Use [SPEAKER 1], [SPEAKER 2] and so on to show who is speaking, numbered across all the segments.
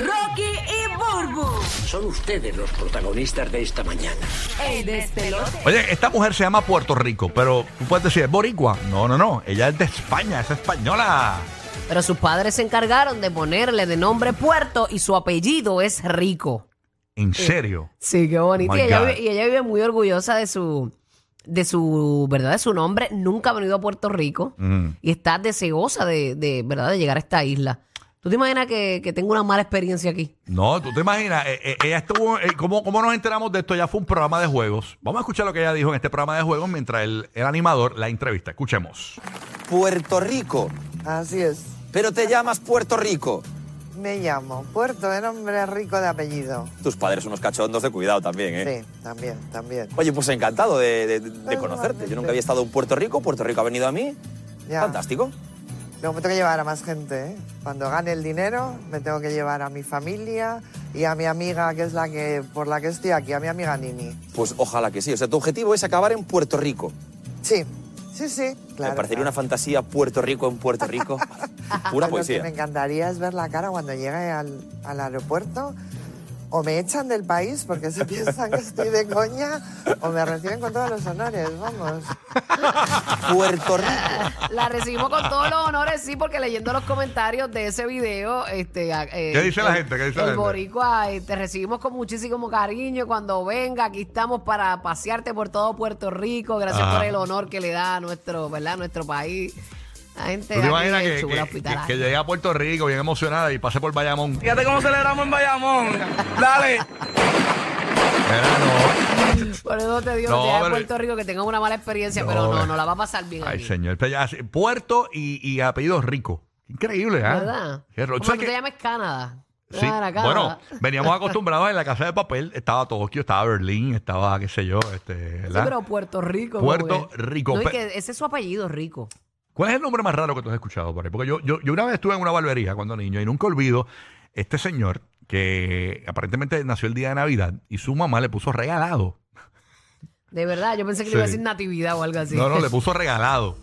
[SPEAKER 1] Rocky y Burbu,
[SPEAKER 2] Son ustedes los protagonistas de esta mañana.
[SPEAKER 1] el despelote.
[SPEAKER 3] Oye, esta mujer se llama Puerto Rico, pero tú puedes decir, ¿es boricua? No, no, no, ella es de España, es española.
[SPEAKER 4] Pero sus padres se encargaron de ponerle de nombre Puerto y su apellido es Rico.
[SPEAKER 3] En serio.
[SPEAKER 4] Sí, qué bonito.
[SPEAKER 3] Oh my
[SPEAKER 4] y, ella
[SPEAKER 3] God.
[SPEAKER 4] vive, y ella vive muy orgullosa de su, de su, ¿verdad? De su nombre. Nunca ha venido a Puerto Rico
[SPEAKER 3] Mm.
[SPEAKER 4] y está deseosa de, de, ¿verdad? De llegar a esta isla. ¿Tú te imaginas que, que tengo una mala experiencia aquí?
[SPEAKER 3] No, tú te imaginas, eh, eh, ella estuvo, eh, ¿cómo, cómo nos enteramos de esto? Ya fue un programa de juegos. Vamos a escuchar lo que ella dijo en este programa de juegos mientras el, el animador la entrevista. Escuchemos.
[SPEAKER 5] Puerto Rico.
[SPEAKER 6] Así es.
[SPEAKER 5] Pero te llamas Puerto Rico.
[SPEAKER 6] Me llamo Puerto de nombre rico de apellido.
[SPEAKER 5] Tus padres son unos cachondos de cuidado también, ¿eh?
[SPEAKER 6] Sí, también, también.
[SPEAKER 5] Oye, pues encantado de, de- de conocerte. Yo nunca había estado en Puerto Rico, Puerto Rico ha venido a mí.
[SPEAKER 6] Ya.
[SPEAKER 5] Fantástico.
[SPEAKER 6] Luego me tengo que llevar a más gente, ¿eh? Cuando gane el dinero, me tengo que llevar a mi familia y a mi amiga, que es la que por la que estoy aquí, a mi amiga Nini.
[SPEAKER 5] Pues ojalá que sí. O sea, tu objetivo es acabar en Puerto Rico.
[SPEAKER 6] Sí, sí, sí, claro.
[SPEAKER 5] Me parecería
[SPEAKER 6] claro.
[SPEAKER 5] una fantasía Puerto Rico en Puerto Rico. Pura
[SPEAKER 6] Lo que me
[SPEAKER 5] poesía.
[SPEAKER 6] encantaría es ver la cara cuando llegue al, al aeropuerto. O me echan del país porque se piensan que estoy de coña, o me reciben con todos los honores, vamos.
[SPEAKER 5] Puerto Rico.
[SPEAKER 4] La recibimos con todos los honores, sí, porque leyendo los comentarios de ese video, este, a- eh,
[SPEAKER 3] ¿Qué dice la
[SPEAKER 4] el-
[SPEAKER 3] gente? ¿Qué dice la
[SPEAKER 4] el
[SPEAKER 3] gente?
[SPEAKER 4] boricua, eh, te recibimos con muchísimo cariño cuando venga, aquí estamos para pasearte por todo Puerto Rico, gracias
[SPEAKER 3] Ajá.
[SPEAKER 4] por el honor que le da a nuestro, ¿verdad? a nuestro país. La gente
[SPEAKER 3] ¿Tú te
[SPEAKER 4] aquí
[SPEAKER 3] imaginas
[SPEAKER 4] es
[SPEAKER 3] que,
[SPEAKER 4] chula,
[SPEAKER 3] que-
[SPEAKER 4] hospitalaria.
[SPEAKER 3] que- que llegue a Puerto Rico bien emocionada y pase por Bayamón?
[SPEAKER 7] Fíjate cómo celebramos en Bayamón. Dale.
[SPEAKER 3] Mira,
[SPEAKER 4] Por eso te digo,
[SPEAKER 3] No,
[SPEAKER 4] no, que sea de
[SPEAKER 3] pero-
[SPEAKER 4] Puerto Rico, que tenga una mala experiencia,
[SPEAKER 3] No,
[SPEAKER 4] pero no,
[SPEAKER 3] pero-
[SPEAKER 4] no la va a pasar bien
[SPEAKER 3] no. Ay,
[SPEAKER 4] aquí.
[SPEAKER 3] señor. Pero ya, sí, Puerto y, y apellido rico. Increíble, ¿eh?
[SPEAKER 4] ¿Verdad?
[SPEAKER 3] Qué ro-
[SPEAKER 4] Como
[SPEAKER 3] ¿Tú
[SPEAKER 4] tú
[SPEAKER 3] sabes que-
[SPEAKER 4] te llames Canadá.
[SPEAKER 3] Sí,
[SPEAKER 4] Ah, Canadá.
[SPEAKER 3] bueno, veníamos acostumbrados en la casa de papel, estaba Tokio, estaba Berlín, estaba qué sé yo, este,
[SPEAKER 4] Sí,
[SPEAKER 3] ¿verdad?
[SPEAKER 4] pero Puerto Rico.
[SPEAKER 3] Puerto
[SPEAKER 4] como que-
[SPEAKER 3] Rico,
[SPEAKER 4] No, y
[SPEAKER 3] pe-
[SPEAKER 4] que ese es su apellido, Rico.
[SPEAKER 3] ¿Cuál es el nombre más raro que tú has escuchado por ahí? Porque yo, yo, yo una vez estuve en una barbería cuando niño y nunca olvido este señor que aparentemente nació el día de Navidad y su mamá le puso regalado.
[SPEAKER 4] De verdad, yo pensé que le iba a
[SPEAKER 3] Sí.
[SPEAKER 4] decir natividad o algo así.
[SPEAKER 3] No, no, le puso regalado.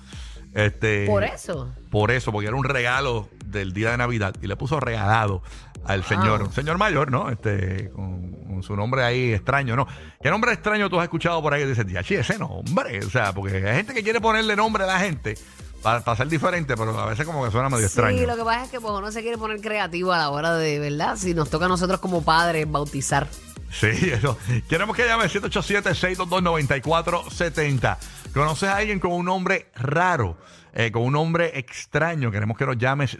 [SPEAKER 3] Este,
[SPEAKER 4] Por eso.
[SPEAKER 3] Por eso, porque era un regalo del día de Navidad y le puso regalado al señor, un señor mayor, ¿no? Este, con, con su nombre ahí extraño, ¿no? ¿Qué nombre extraño tú has escuchado por ahí que dices, "Diachi, ese nombre? O sea, porque hay gente que quiere ponerle nombre a la gente para, para ser diferente, pero a veces como que suena medio
[SPEAKER 4] Sí,
[SPEAKER 3] extraño.
[SPEAKER 4] lo que pasa es que pues, uno se quiere poner creativo a la hora de, ¿verdad? Si nos toca a nosotros como padres bautizar.
[SPEAKER 3] Sí, eso. Queremos que llame 787-622-9470. ¿Conoces a alguien con un nombre raro? eh, con un nombre extraño. Queremos que nos llames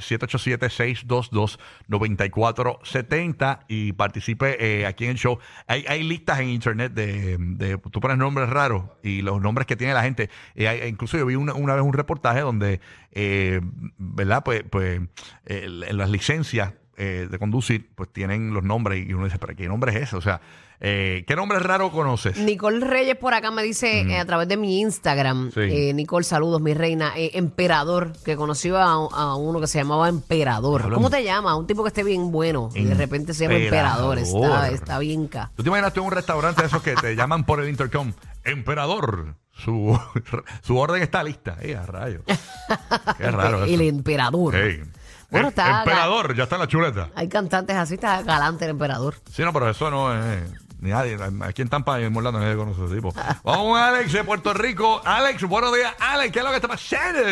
[SPEAKER 3] 787-622-9470 y participe eh, aquí en el show. Hay, hay listas en internet de, de- Tú pones nombres raros y los nombres que tiene la gente. Eh, hay- incluso yo vi una, una vez un reportaje donde, eh, ¿verdad? Pues, pues eh, las licencias eh, de conducir, pues tienen los nombres y uno dice, ¿pero qué nombre es ese? O sea, eh, ¿qué nombre raro conoces?
[SPEAKER 4] Nicole Reyes por acá me dice eh, a través de mi Instagram.
[SPEAKER 3] Sí.
[SPEAKER 4] eh, Nicole, saludos, mi reina. Eh, emperador, que conoció a, a uno que se llamaba Emperador.
[SPEAKER 3] Habla
[SPEAKER 4] ¿Cómo
[SPEAKER 3] mu-
[SPEAKER 4] te llama? Un tipo que esté bien bueno. Y de repente se llama Emperador. Está,
[SPEAKER 3] Emperador.
[SPEAKER 4] está bien ca.
[SPEAKER 3] ¿Tú te imaginas tú en un restaurante de esos que te llaman por el intercom? Emperador, su, su orden está lista. ¡Eh, a rayos! ¡Qué raro
[SPEAKER 4] El
[SPEAKER 3] eso!
[SPEAKER 4] Emperador.
[SPEAKER 3] Ey.
[SPEAKER 4] Bueno,
[SPEAKER 3] Eh,
[SPEAKER 4] está-
[SPEAKER 3] emperador, ya está en la chuleta.
[SPEAKER 4] Hay cantantes así, está galante el Emperador.
[SPEAKER 3] Sí, no, pero eso no es... Ni nadie, aquí en Tampa y en Orlando nadie conoce a ese tipo. Vamos a Alex de Puerto Rico. Alex, buenos días. Alex, ¿qué es lo que está pasando?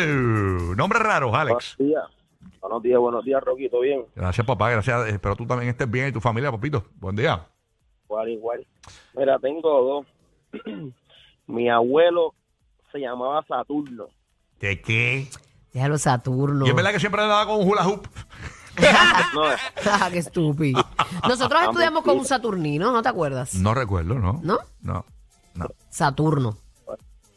[SPEAKER 3] Nombres raros, Alex.
[SPEAKER 8] Buenos días. Buenos días, buenos días, Rocky, ¿todo bien?
[SPEAKER 3] Gracias, papá. Gracias. Espero tú también estés bien y tu familia, papito. Buen día.
[SPEAKER 8] Igual, igual. Mira, tengo dos. Mi abuelo se llamaba Saturno.
[SPEAKER 3] ¿De qué?
[SPEAKER 4] Déjalo Saturno.
[SPEAKER 3] Y es verdad que siempre andaba con un hula hoop.
[SPEAKER 8] No,
[SPEAKER 4] Ah, qué estúpido. Nosotros estudiamos con un Saturnino, ¿no te acuerdas?
[SPEAKER 3] No recuerdo, ¿no?
[SPEAKER 4] ¿No?
[SPEAKER 3] No. No.
[SPEAKER 4] Saturno.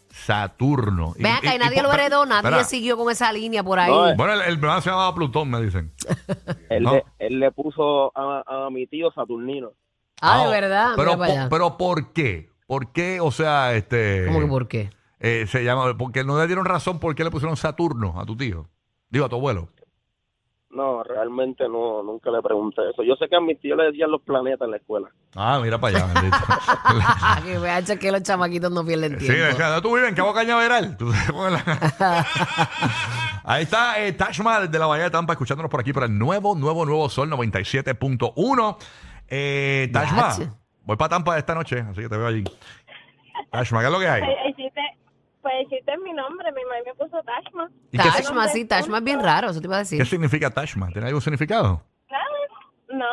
[SPEAKER 3] Saturno.
[SPEAKER 4] Ve acá, y nadie lo
[SPEAKER 3] por-
[SPEAKER 4] heredó, nadie
[SPEAKER 3] espera.
[SPEAKER 4] siguió con esa línea por ahí.
[SPEAKER 8] No, eh.
[SPEAKER 3] Bueno, el, el hermano se llamaba Plutón, me dicen.
[SPEAKER 8] Él,
[SPEAKER 3] No.
[SPEAKER 8] le, él le puso a, a mi tío Saturnino.
[SPEAKER 4] ah, de verdad.
[SPEAKER 3] Pero,
[SPEAKER 4] mira para
[SPEAKER 3] po-
[SPEAKER 4] allá.
[SPEAKER 3] pero ¿por qué? ¿Por qué? O sea, este.
[SPEAKER 4] ¿Cómo que por qué?
[SPEAKER 3] eh, se llama, porque no le dieron razón por qué le pusieron Saturno a tu tío. Digo, a tu abuelo.
[SPEAKER 8] No, realmente no, nunca le pregunté eso. Yo sé que a mi tío le decían los planetas en la escuela.
[SPEAKER 3] Ah, mira para allá, bendito.
[SPEAKER 4] Ah, que vean que los chamaquitos no pierden
[SPEAKER 3] Sí,
[SPEAKER 4] tiempo.
[SPEAKER 3] decía, ¿no tú vives en Cabo Cañaveral? Tú te pones la- Ahí está eh, Taj Mahal de la Bahía de Tampa escuchándonos por aquí para el nuevo, nuevo, nuevo Sol 97.1. Eh, Taj Mahal,
[SPEAKER 4] Yache.
[SPEAKER 3] voy para Tampa esta noche, así que te veo allí. Taj Mahal, ¿qué es lo que hay?
[SPEAKER 9] Hiciste, pues hiciste mi nombre, mi mamá me puso Tashma.
[SPEAKER 3] ¿Y qué, si-
[SPEAKER 4] Tashma, sí, Tashma es bien raro, eso te iba a
[SPEAKER 3] qué
[SPEAKER 4] decir.
[SPEAKER 3] significa Taj Mahal? ¿Tiene algún significado?
[SPEAKER 9] No,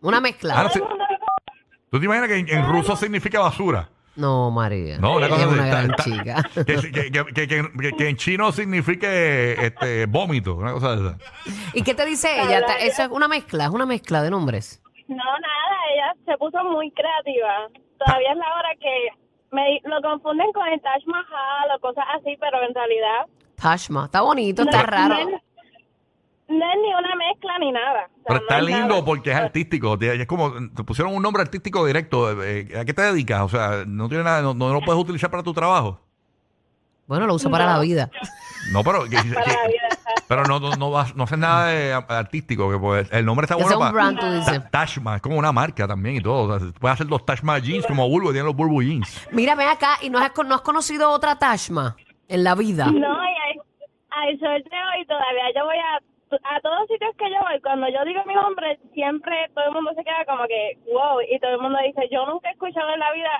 [SPEAKER 4] Una
[SPEAKER 3] Ah,
[SPEAKER 4] mezcla.
[SPEAKER 3] no sé. ¿Tú te imaginas que en, en ruso significa basura?
[SPEAKER 4] No, María.
[SPEAKER 3] No, una
[SPEAKER 4] Ella
[SPEAKER 3] cosa
[SPEAKER 4] es
[SPEAKER 3] así,
[SPEAKER 4] una gran
[SPEAKER 3] ta- ta-
[SPEAKER 4] chica.
[SPEAKER 3] Que, que- que- que- que- que en chino signifique este, vómito, una cosa de esa.
[SPEAKER 4] ¿Y qué te dice ella? Ta- Eso es una mezcla, es una mezcla de nombres.
[SPEAKER 9] no, nada, ella se puso muy creativa. Todavía es la hora que me lo confunden con el Taj Mahal o cosas así, pero en realidad
[SPEAKER 4] Tashma. Está bonito, está
[SPEAKER 9] no- No
[SPEAKER 4] raro.
[SPEAKER 9] es, no es ni una mezcla ni nada. O sea,
[SPEAKER 3] Pero
[SPEAKER 9] no
[SPEAKER 3] está
[SPEAKER 9] es
[SPEAKER 3] lindo
[SPEAKER 9] nada.
[SPEAKER 3] porque es artístico. tía, y Es como, te pusieron un nombre artístico directo. eh, eh, ¿A qué te dedicas? O sea, no tiene nada, no, no lo puedes utilizar para tu trabajo.
[SPEAKER 4] Bueno, lo uso para la vida.
[SPEAKER 3] No, pero que- que-
[SPEAKER 9] Para la vida.
[SPEAKER 3] pero no, no, no, vas- no haces nada de artístico. Que pues, el nombre está
[SPEAKER 4] Que sea
[SPEAKER 3] bueno
[SPEAKER 4] un
[SPEAKER 3] para
[SPEAKER 4] brand, tú dices.
[SPEAKER 3] Ta- Tashma, es como una marca también y todo. O sea, puedes hacer los Tashma jeans como Bulbo, tienen los Bulbo jeans.
[SPEAKER 4] Mírame acá y no has, con- no has conocido otra Tashma en la vida.
[SPEAKER 9] No, y hay, hay sorteo y todavía yo voy a, a todos sitios que yo voy. Cuando yo digo mi nombre, siempre todo el mundo se queda como que, wow, y todo el mundo dice, yo nunca he escuchado en la vida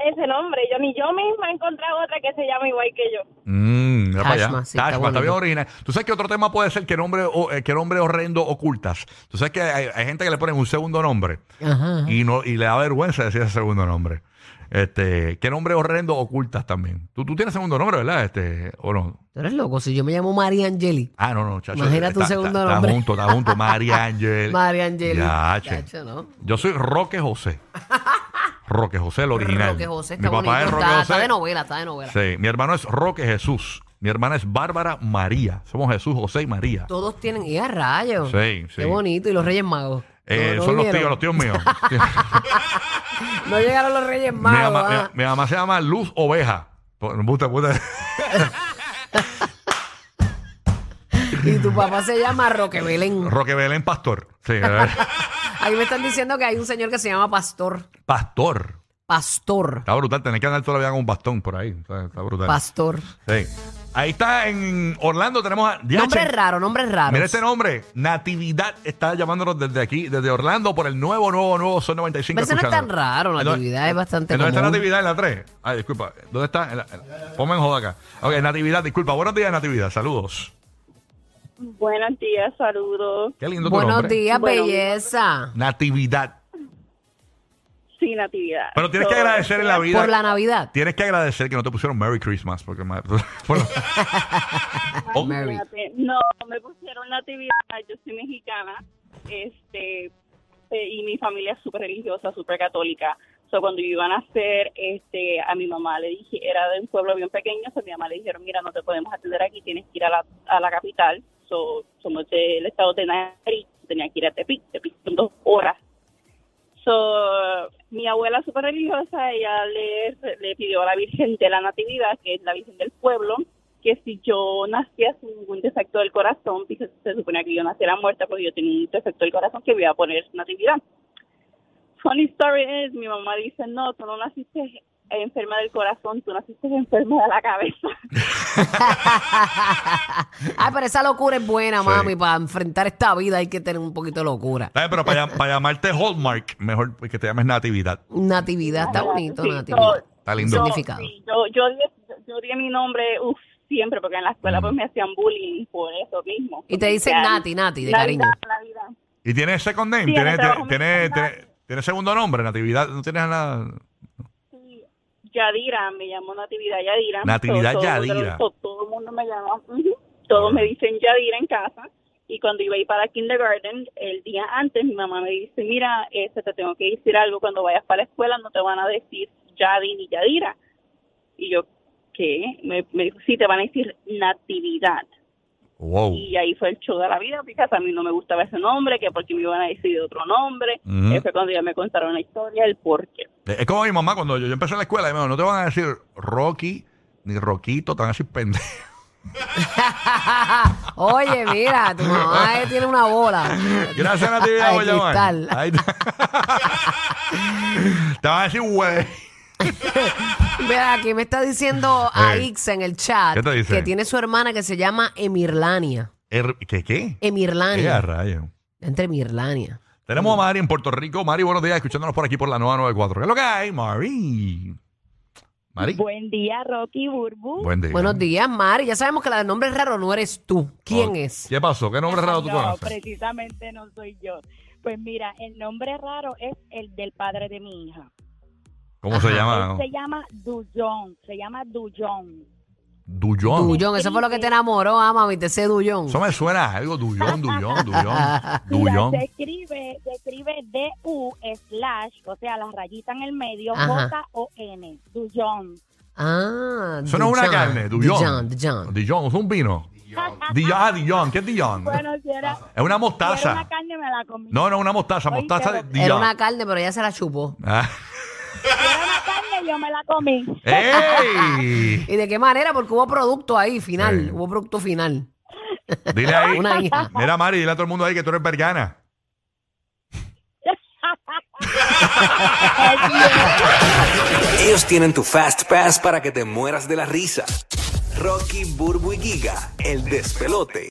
[SPEAKER 9] ese nombre. Yo ni yo misma he encontrado otra que se llame igual que yo.
[SPEAKER 3] Mm, mira para allá.
[SPEAKER 4] Tashma, sí, está
[SPEAKER 3] Tashma,
[SPEAKER 4] bonito.
[SPEAKER 3] está bien original. Tú sabes que otro tema puede ser que nombre, o- eh, que nombre horrendo ocultas. Tú sabes que hay, hay gente que le ponen un segundo nombre.
[SPEAKER 4] Ajá.
[SPEAKER 3] y no y le da vergüenza decir ese segundo nombre. Este, qué nombre horrendo ocultas también. Tú, tú tienes segundo nombre, ¿verdad? Este, o no.
[SPEAKER 4] Tú eres loco, si yo me llamo María Angeli.
[SPEAKER 3] Ah, no, no, chacho.
[SPEAKER 4] Imagina tu
[SPEAKER 3] Está-
[SPEAKER 4] segundo
[SPEAKER 3] está-
[SPEAKER 4] nombre.
[SPEAKER 3] Está junto, está junto. María Ángel.
[SPEAKER 4] María Angeli.
[SPEAKER 3] Ya, che.
[SPEAKER 4] Chacho, ¿no?
[SPEAKER 3] Yo soy Roque José. Roque José, el original.
[SPEAKER 4] Roque José
[SPEAKER 3] Mi
[SPEAKER 4] está bonito.
[SPEAKER 3] papá es Roque
[SPEAKER 4] está,
[SPEAKER 3] José.
[SPEAKER 4] está de novela, está de novela.
[SPEAKER 3] Sí, mi hermano es Roque Jesús. Mi hermana es Bárbara María. Somos Jesús, José y María.
[SPEAKER 4] Todos tienen. ¡Y a rayos!
[SPEAKER 3] Sí, sí.
[SPEAKER 4] Qué bonito. Y los Reyes Magos.
[SPEAKER 3] Eh,
[SPEAKER 4] No, no
[SPEAKER 3] son los
[SPEAKER 4] vieron.
[SPEAKER 3] tíos, los tíos míos.
[SPEAKER 4] No llegaron los Reyes
[SPEAKER 3] Mi mamá,
[SPEAKER 4] Magos.
[SPEAKER 3] mi-
[SPEAKER 4] ah.
[SPEAKER 3] mi mamá se llama Luz Oveja. Por- puta, puta.
[SPEAKER 4] Y tu papá se llama Roque Belén.
[SPEAKER 3] Roque Belén Pastor. Sí, eh,
[SPEAKER 4] Ahí me están diciendo que hay un señor que se llama Pastor.
[SPEAKER 3] pastor.
[SPEAKER 4] Pastor.
[SPEAKER 3] Está brutal, tenés que andar toda la vida con un bastón por ahí. Está, está brutal.
[SPEAKER 4] Pastor.
[SPEAKER 3] Sí. Ahí está en Orlando, tenemos a DH.
[SPEAKER 4] Nombre raro, nombre raro.
[SPEAKER 3] Mira este nombre, Natividad está llamándonos desde aquí, desde Orlando, por el nuevo, nuevo, nuevo Son 95.
[SPEAKER 4] Pero ese no es
[SPEAKER 3] escuchándonos.
[SPEAKER 4] tan raro,
[SPEAKER 3] ¿En dónde-
[SPEAKER 4] Natividad es bastante
[SPEAKER 3] ¿en Ah, ¿Dónde está
[SPEAKER 4] común.
[SPEAKER 3] Natividad en la 3? Ay, disculpa. ¿Dónde está? En la- en la- ponme en joda acá. Ok, Natividad, disculpa. Buenos días, Natividad. Saludos.
[SPEAKER 9] Buenos días, saludos.
[SPEAKER 3] Qué lindo tu
[SPEAKER 4] Buenos
[SPEAKER 3] nombre.
[SPEAKER 4] días,
[SPEAKER 9] Bueno.
[SPEAKER 4] belleza.
[SPEAKER 3] Natividad.
[SPEAKER 9] Sí, Natividad.
[SPEAKER 3] Pero tienes que agradecer en la vida.
[SPEAKER 4] Por la Navidad.
[SPEAKER 3] Tienes que agradecer que no te pusieron Merry Christmas. Porque, ma- por la- Oh,
[SPEAKER 4] Mary.
[SPEAKER 9] No, me pusieron Natividad, yo soy mexicana, este, eh, y mi familia es súper religiosa, súper católica. So, cuando yo iba a nacer, este, a mi mamá le dije, era de un pueblo bien pequeño, so, mi mamá le dijeron, mira, no te podemos atender aquí, tienes que ir a la, a la capital. So, somos del estado de Nayarit, tenía que ir a Tepic, Tepic son dos horas. So, mi abuela súper religiosa, ella le, le pidió a la Virgen de la Natividad, que es la Virgen del pueblo, que si yo nacía sin ningún defecto del corazón, porque se suponía que yo naciera muerta porque yo tenía un defecto del corazón que me iba a poner natividad. Funny story es, mi mamá dice, no, tú no naciste enferma del corazón, tú naciste enferma de la cabeza.
[SPEAKER 4] Ay, Ah, pero esa locura es buena,
[SPEAKER 3] Sí.
[SPEAKER 4] mami. Para enfrentar esta vida hay que tener un poquito de locura.
[SPEAKER 3] Está bien, pero para, llam- para llamarte Hallmark, mejor que te llames Natividad.
[SPEAKER 4] Natividad, está bonito,
[SPEAKER 9] Sí,
[SPEAKER 4] Natividad.
[SPEAKER 9] so-
[SPEAKER 3] Está
[SPEAKER 4] Un
[SPEAKER 3] lindo.
[SPEAKER 9] yo,
[SPEAKER 4] significado.
[SPEAKER 9] sí, yo, yo, odié- yo odié mi nombre, uff, siempre, porque en la escuela
[SPEAKER 3] Mm.
[SPEAKER 9] pues me hacían bullying por eso mismo.
[SPEAKER 4] Y te dicen
[SPEAKER 9] Porque,
[SPEAKER 4] Nati, Nati, de
[SPEAKER 9] Navidad,
[SPEAKER 4] cariño.
[SPEAKER 9] Navidad.
[SPEAKER 3] ¿Y tienes second name?
[SPEAKER 9] Sí, en
[SPEAKER 3] ¿Tienes,
[SPEAKER 9] el trabajo
[SPEAKER 3] tiene-
[SPEAKER 9] me
[SPEAKER 3] tiene-
[SPEAKER 9] llaman Nati.
[SPEAKER 3] tiene- tiene segundo nombre? Natividad, no tienes nada.
[SPEAKER 9] Sí, Yadira, me llamo Natividad Yadira.
[SPEAKER 3] Natividad
[SPEAKER 9] Todo- todo el mundo-
[SPEAKER 3] Yadira.
[SPEAKER 9] Todo, todo el mundo me llama. ujú. Todos me dicen Yadira en casa. Y cuando iba a ir para kindergarten, el día antes, mi mamá me dice, mira, este, te tengo que decir algo. Cuando vayas para la escuela no te van a decir Yadi ni Yadira. Y yo, ¿qué? Me, me dijo, sí, te van a decir natividad.
[SPEAKER 3] Wow.
[SPEAKER 9] Y ahí fue el show de la vida, fíjate, a mí no me gustaba ese nombre, que porque me iban a decir otro nombre.
[SPEAKER 3] Ujú.
[SPEAKER 9] Eh, Fue cuando ya me contaron la historia, el por qué.
[SPEAKER 3] Eh, Es como mi mamá cuando yo, yo empecé en la escuela, y me dijo, no te van a decir Rocky ni Roquito, te van a decir pendejo.
[SPEAKER 4] Oye, mira, tu mamá eh, tiene una bola.
[SPEAKER 3] Gracias, Natividad,
[SPEAKER 4] De
[SPEAKER 3] por llamar.
[SPEAKER 4] cristal.
[SPEAKER 3] Ahí está. te van a decir güey.
[SPEAKER 4] Mira, aquí me está diciendo a
[SPEAKER 3] Ey.
[SPEAKER 4] Ixa en el chat
[SPEAKER 3] ¿Qué te dice?
[SPEAKER 4] que tiene su hermana que se llama Emirlania.
[SPEAKER 3] Er- ¿Qué qué? Eh, a
[SPEAKER 4] Emirlania.
[SPEAKER 3] rayos.
[SPEAKER 4] Entre Emirlania.
[SPEAKER 3] Tenemos a Mari en Puerto Rico. Mari, buenos días, escuchándonos por aquí por la 994. ¿Qué es lo que hay, Mari? Mari,
[SPEAKER 10] Buen día, Rocky Burbu.
[SPEAKER 3] buen día.
[SPEAKER 4] Buenos días, Mari. Ya sabemos que la del nombre raro no eres tú. ¿Quién
[SPEAKER 3] Oh,
[SPEAKER 4] es?
[SPEAKER 3] ¿Qué pasó? ¿Qué nombre raro tú
[SPEAKER 10] No,
[SPEAKER 3] conoces?
[SPEAKER 10] precisamente no soy yo. Pues mira, el nombre raro es el del padre de mi hija.
[SPEAKER 3] ¿Cómo se llama?
[SPEAKER 10] Él se llama Dullón, se llama Dullón.
[SPEAKER 3] Dullón.
[SPEAKER 4] Dullón, eso fue lo que te enamoró, ah, mami, te sé Dullón.
[SPEAKER 3] Eso me suena a algo. Dullón, Dullón, Dullón.
[SPEAKER 10] Mira,
[SPEAKER 3] Dullón.
[SPEAKER 10] se escribe, se escribe D-U slash, o sea, la rayita en el medio,
[SPEAKER 4] Ajá.
[SPEAKER 10] J-O-N, Dullón.
[SPEAKER 4] Ah,
[SPEAKER 3] Eso no es una
[SPEAKER 4] Dullón.
[SPEAKER 3] carne, Dullón.
[SPEAKER 4] Dullón, Dullón.
[SPEAKER 3] Dillon, es un vino. Dillon, ah, Dillon, ¿qué es Dillon?
[SPEAKER 10] Bueno, si era, si
[SPEAKER 3] Es Ah, una
[SPEAKER 10] era
[SPEAKER 3] mostaza.
[SPEAKER 10] una carne me la comí.
[SPEAKER 3] No, no, una mostaza,
[SPEAKER 10] Oíste,
[SPEAKER 3] mostaza de
[SPEAKER 10] Rocky.
[SPEAKER 3] Dillon.
[SPEAKER 4] Era una carne, pero ella se la chupó.
[SPEAKER 3] Ah.
[SPEAKER 10] Si era una carne, yo me la comí.
[SPEAKER 3] ¡Ey!
[SPEAKER 4] ¿Y de qué manera? Porque hubo producto ahí, final.
[SPEAKER 3] Sí.
[SPEAKER 4] Hubo producto final.
[SPEAKER 3] Dile ahí.
[SPEAKER 4] Una hija.
[SPEAKER 3] Mira, Mari, dile a todo el mundo ahí que tú eres vergana.
[SPEAKER 11] Ellos tienen tu Fast Pass para que te mueras de la risa. Rocky, Burbu y Giga, el despelote.